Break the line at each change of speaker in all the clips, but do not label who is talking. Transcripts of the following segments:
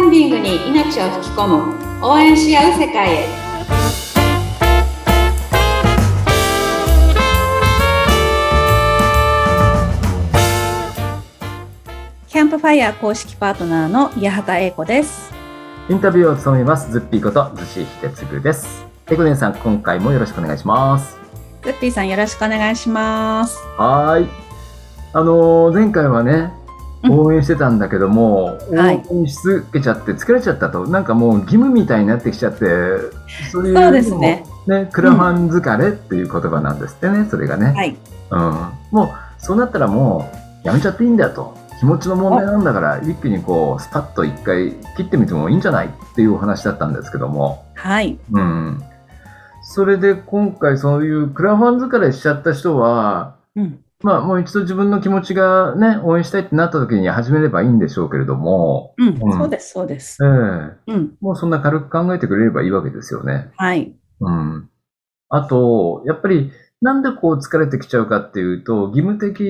に命を吹き込む応援し合う世界へキャンプファイヤー公式パートナーの八幡英子です
インタビューを務めますズッピーこと逗子秀次です。エコデンさん、今回もよろしくお願いします。
ズッピーさんよろしくお願いします
はーい。あのー前回はね、
うん
応援してたんだけども、
はい
応援し続けちゃって疲れちゃったと、なんかもう義務みたいになってきちゃって、そうい
そうですね。
ね、クラファン疲れっていう言葉なんですってね、それがね。
はい
うん、もうそうなったらもうやめちゃっていいんだと気持ちの問題なんだから一気にこうスパッと一回切ってみてもいいんじゃないっていうお話だったんですけども、
はい
うん、それで今回そういうクラファン疲れしちゃった人は、
うん
まあ、もう一度自分の気持ちがね応援したいってなった時に始めればいいんでしょうけれども、
うん、
うん
そうですそうです
ええ
うん
もうそんな軽く考えてくれればいいわけですよね。
はい
うん。あと、やっぱり、なんでこう疲れてきちゃうかっていうと、義務的、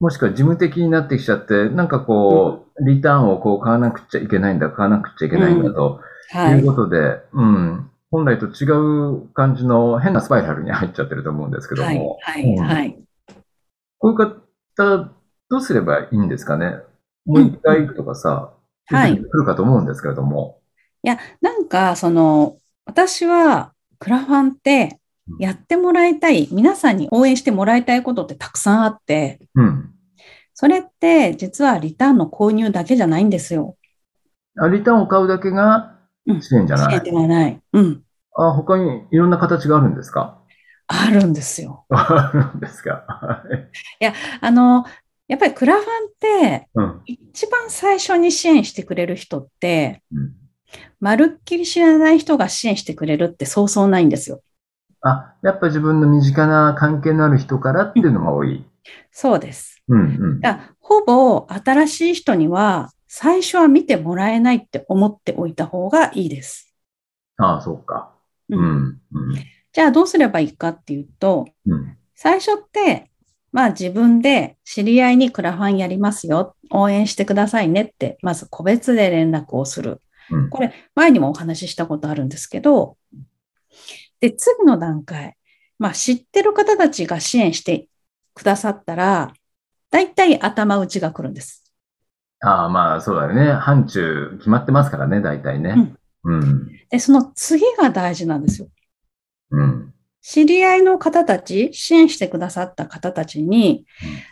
もしくは事務的になってきちゃって、なんかこう、リターンをこう買わなくちゃいけないんだ、買わなくちゃいけないんだと、
はいいう
ことで、うん。本来と違う感じの変なスパイラルに入っちゃってると思うんですけど
はい
も、
はいはい
こういう方、どうすればいいんですかねもう一回とかさ、
はい
来るかと思うんですけれども。
なんか、その、私は、クラファンって
う、ん
やってもらいたい、皆さんに応援してもらいたいことってたくさんあって、
うん。
それって、実はリターンの購入だけじゃないんですよ。
あリターンを買うだけが支援じゃない。
支援ではない。うん。
あ、他にいろんな形があるんですか
あるんですよ。
あるんですかはい
あの、やっぱりクラファンって、
うん。
一番最初に支援してくれる人って、
うん
まるっきり知らない人が支援してくれるってそうそうないんですよ。
あ、やっぱ自分の身近な関係のある人からっていうのが多い。
そうです。
うんうん。
だからほぼ新しい人には最初は見てもらえないって思っておいた方がいいです。
ああ、そうか。うん。うん。
じゃあどうすればいいかっていうと、
うん。
最初って、まあ自分で知り合いにクラファンやりますよ。応援してくださいねって、まず個別で連絡をする。
うん
これ前にもお話ししたことあるんですけど、で、次の段階、まあ知ってる方たちが支援してくださったら、だいたい頭打ちが来るんです。
ああ、まあ、そうだよね。範疇決まってますからね、大体ね。うん。
で、その次が大事なんですよ。
うん。
知り合いの方たち、支援してくださった方たちに、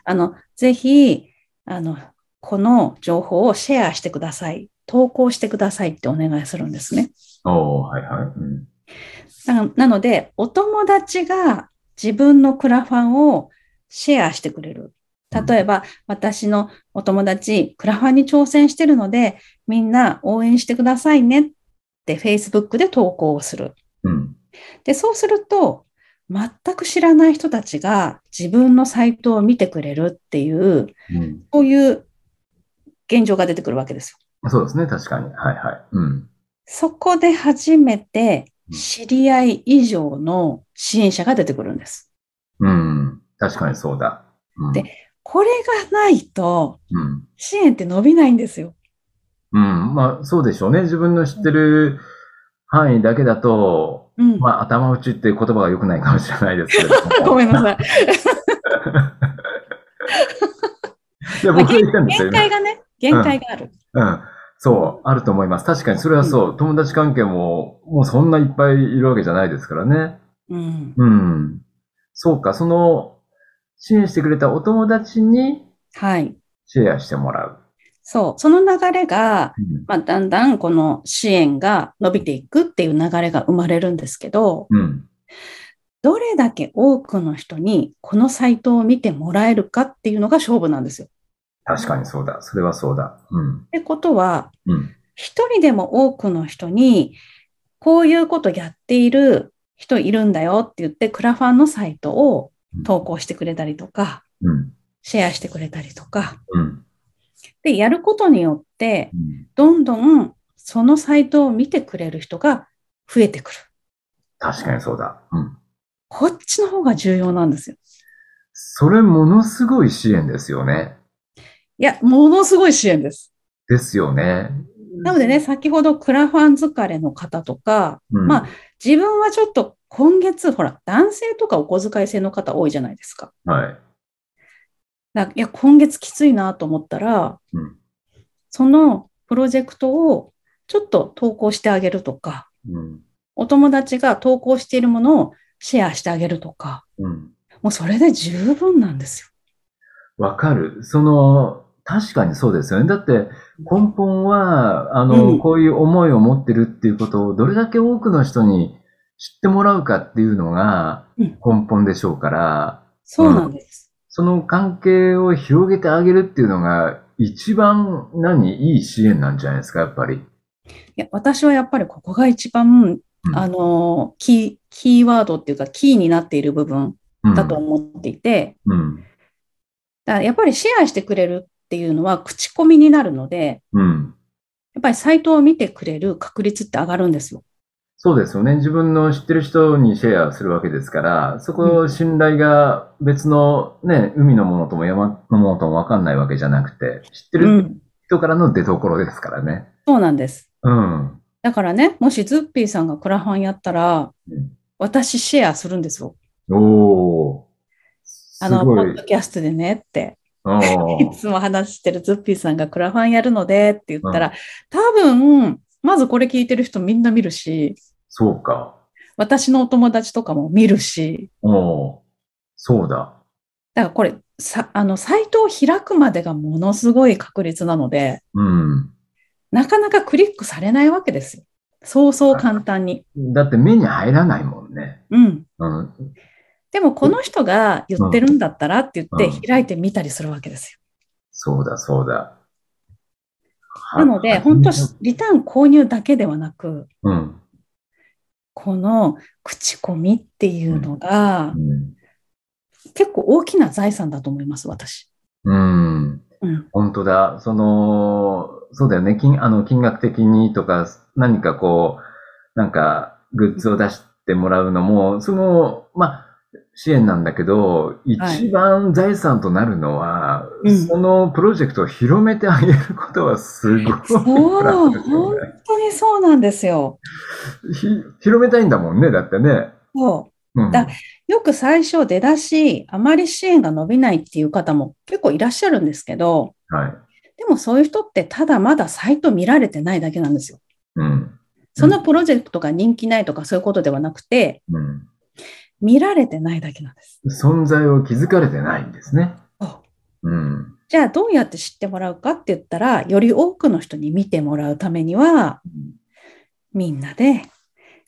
あの、ぜひ、あの、この情報をシェアしてください。投稿してくださいってお願いするんですね。
おー、はいはい。うん。
ななので、お友達が自分のクラファンをシェアしてくれる。例えば、私のお友達、クラファンに挑戦してるので、みんな応援してくださいねって Facebook で投稿をする。
うん。
で、そうすると、全く知らない人たちが自分のサイトを見てくれるっていう、
うん。
こういう現状が出てくるわけですよ。
そうですね、確かに。はいはい。うん。
そこで初めて
うん
知り合い以上の支援者が出てくるんです。
うん。確かにそうだ。うん。
でこれがないと
うん。
支援って伸びないんですよ。
うん。まあ、そうでしょうね。自分の知ってる範囲だけだと、
うん。
まあ、頭打ちっていう言葉が良くないかもしれないです けれども。
ごめんなさい。
いや、
まあ
僕が言ったんですよ、
限界
今
がね、限界がある。
うん。そう、あると思います。確かに、それはそう、友達関係も、もうそんないっぱいいるわけじゃないですからね。
うん。
うん。そうか、その、支援してくれたお友達に
はい。
シェアしてもらう。
そう。その流れが、
うん
まあ、だんだんこの支援が伸びていくっていう流れが生まれるんですけど、
うん。
どれだけ多くの人にこのサイトを見てもらえるかっていうのが勝負なんですよ。
確かにそうだ。それはそうだ。うん
っ。てことは、
うん。
一人でも多くの人に、こういうことやっている人いるんだよって言って、クラファンのサイトを投稿してくれたりとか、
うん。
シェアしてくれたりとか。
うん。
で、やることによって
う、ん。
どんどんそのサイトを見てくれる人が増えてくる。
確かにそうだ。うん。
こっちの方が重要なんですよ。
それ、ものすごい支援ですよね。
いや、ものすごい支援です。
ですよね。
なのでね、先ほどクラファン疲れの方とか、
うん
ま自分はちょっと今月、ほら、男性とかお小遣い制の方多いじゃないですか。
はい。
なんかいや、今月きついなと思ったら、
うん
そのプロジェクトをちょっと投稿してあげるとか、
うん。
お友達が投稿しているものをシェアしてあげるとか、
うん。
もうそれで十分なんですよ。
わかる。その、確かにそうですよね。だって、根本は、あの、
うん
こういう思いを持ってるっていうことを、どれだけ多くの人に知ってもらうかっていうのが、
うん
根本でしょうから、
そうなんです。
その関係を広げてあげるっていうのが、一番何、いい支援なんじゃないですか、やっぱり。
いや私はやっぱりここが一番、
うん
あの、キー、キーワードっていうか、キーになっている部分
うん、
だと思っていて、
うん。
だからやっぱりシェアしてくれるっていうのは口コミになるので、
うん。
やっぱりサイトを見てくれる確率って上がるんですよ。
そうですよね。自分の知ってる人にシェアするわけですから、そこ、信頼が別のね、海のものとも山のものともわかんないわけじゃなくて、知っ
う
てる
ん。
人からの出所ですからね。
そうなんです。
うん。
だからね、もしズッピーさんがクラファンやったら
うん、
私シェアするんですよ。
おー。す
あの、ポ
ごい
ッド。キャストでねって、
お
い
ー
つも話してるズッピーさんがクラファンやるのでって言ったら、多分、まずこれ聞いてる人みんな見るし、
そうか。
私のお友達とかも見るし、
おー。そうだ。
だからこれ、さ、あの、サイトを開くまでがものすごい確率なので、
うん。
なかなかクリックされないわけですよ。そうそう簡単に。
だって目に入らないもんね。
うん。
うん。
でも、この人が言ってるんだったらって言
うん
って開いてみたりするわけです
そうだ、そうだ。
よ。なので、本当リターン購入だけではなく、
うん。
この口コミっていうのが
う、ん。
結構大きな財産だと思います、私。
うん。
うん。
本当だ。その、そうだよね。金、あの、金額的にとか、何かこう、なんか、グッズを出してもらうのも、その、まあ、支援なんだけど、
い
一番財産となるのは、
うん
そのプロジェクトを広めてあげることはすごいプ
そう、
ラスですよ
本
ね。
当にそうなんですよ。
ひ広めたいんだもんね、だってね。
そう。
うん。
だよく最初出だし、あまり支援が伸びないっていう方も結構いらっしゃるんですけど、
はい。
でもそういう人ってただまだサイト見られてないだけなんですよ。
うん。
そのプロジェクトが人気ないとかそういうことではなくて、
うん。
見られてないだけなんです。
存在を気づかれてないんですね。
そう
うん。
じゃあどうやって知ってもらうかって言ったら、より多くの人に見てもらうためには、みんなで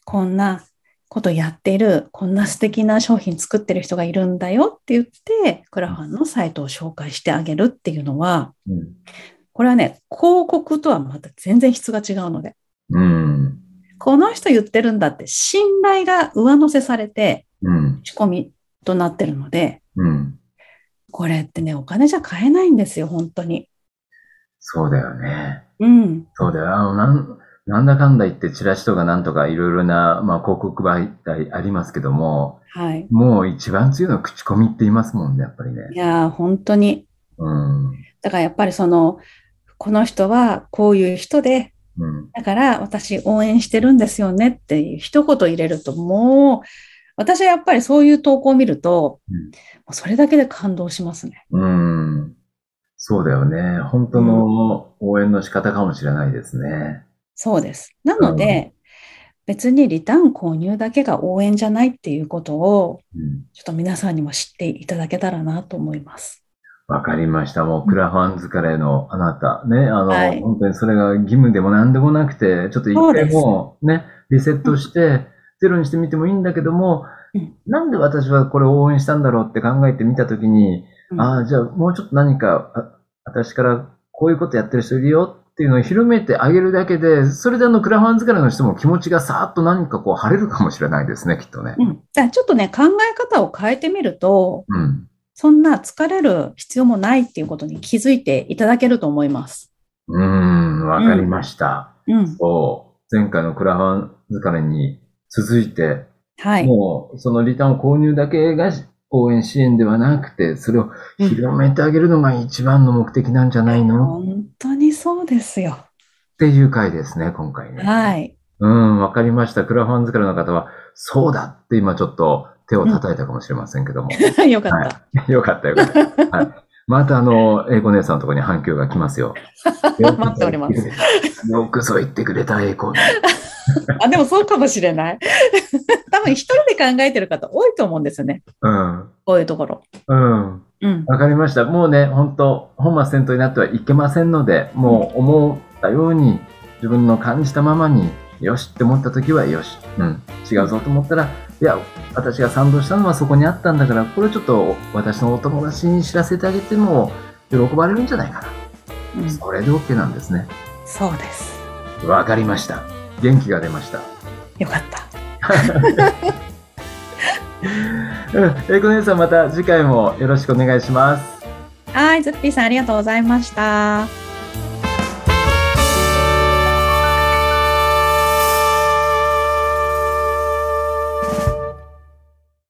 こんなことやってる、こんな素敵な商品作ってる人がいるんだよって言って、クラファンのサイトを紹介してあげるっていうのは、
うん。
これはね、広告とはまた全然質が違うので、
うん。
この人言ってるんだって信頼が上乗せされて
うん。
仕込みとなってるので、
うん。
これってね、お金じゃ買えないんですよ、本当に。
そうだよね。
うん。
そうだよ。あの、なん、なんだかんだ言ってチラシとかなんとかいろいろな、まあ、広告媒体ありますけども、
はい。
もう一番強いのは口コミって言いますもんね、やっぱりね。
いやー、本当に。
うん。
だからやっぱりその、この人はこういう人で、
うん。
だから私応援してるんですよねっていう一言入れると、もう、私はやっぱりそういう投稿を見ると、
うん
もうそれだけで感動しますね。
うん。そうだよね。本当の応援の仕方かもしれないですね。
そうです。なので、別にリターン購入だけが応援じゃないっていうことを、
うん。
ちょっと皆さんにも知っていただけたらなと思います。
わかりました。もう、クラファン疲れのあなた。ね。あの、
はい
本当にそれが義務でも何でもなくて、ちょっと一
そう
回
です
もうね、リセットして、ゼロにしてみてもいいんだけども
うん、
なんで私はこれを応援したんだろうって考えてみたときに、
うん
ああ、じゃあもうちょっと何か、あ私からこういうことやってる人いるよっていうのを広めてあげるだけで、それであの、クラファン疲れの人も気持ちがさーっと何かこう晴れるかもしれないですね、きっとね
う。ん。だからちょっとね、考え方を変えてみると、
うん。
そんな疲れる必要もないっていうことに気づいていただけると思います。
うーん、わかりました。
うん。
そう。前回のクラファン疲れに続いて、
はい。
もうそのリターン購入だけが応援支援ではなくて、それを広めてあげるのが一番の目的なんじゃないの、
本当にそうですよ。
っていう回ですね、今回ね。
はい。
うん、わかりました。クラファン作りの方は、そうだって今ちょっと手を叩いたかもしれませんけども。
よかった。
よかったよかった。はい。またあの、英子姉さんのところに反響が来ますよ。
待っております
す。よくぞ言ってくれた英子。
あ、でもそうかもしれない。 多分一人で考えてる方多いと思うんですよね。
うん。
こういうところ。
うん。
うん。
わかりました。もうね、本当本末転倒になってはいけませんので、もう思ったように、自分の感じたままに、よしって思った時は、よし、うん、違うぞと思ったら、いや、私が賛同したのはそこにあったんだから、これちょっと私のお友達に知らせてあげても、喜ばれるんじゃないか
う
な。
ん
それで OK なんですね。
そうです。
わかりました。元気が出ました。
よかった。
うん、えいこ姉さんまた次回もよろしくお願いします。
はい、ズッピーさんありがとうございました。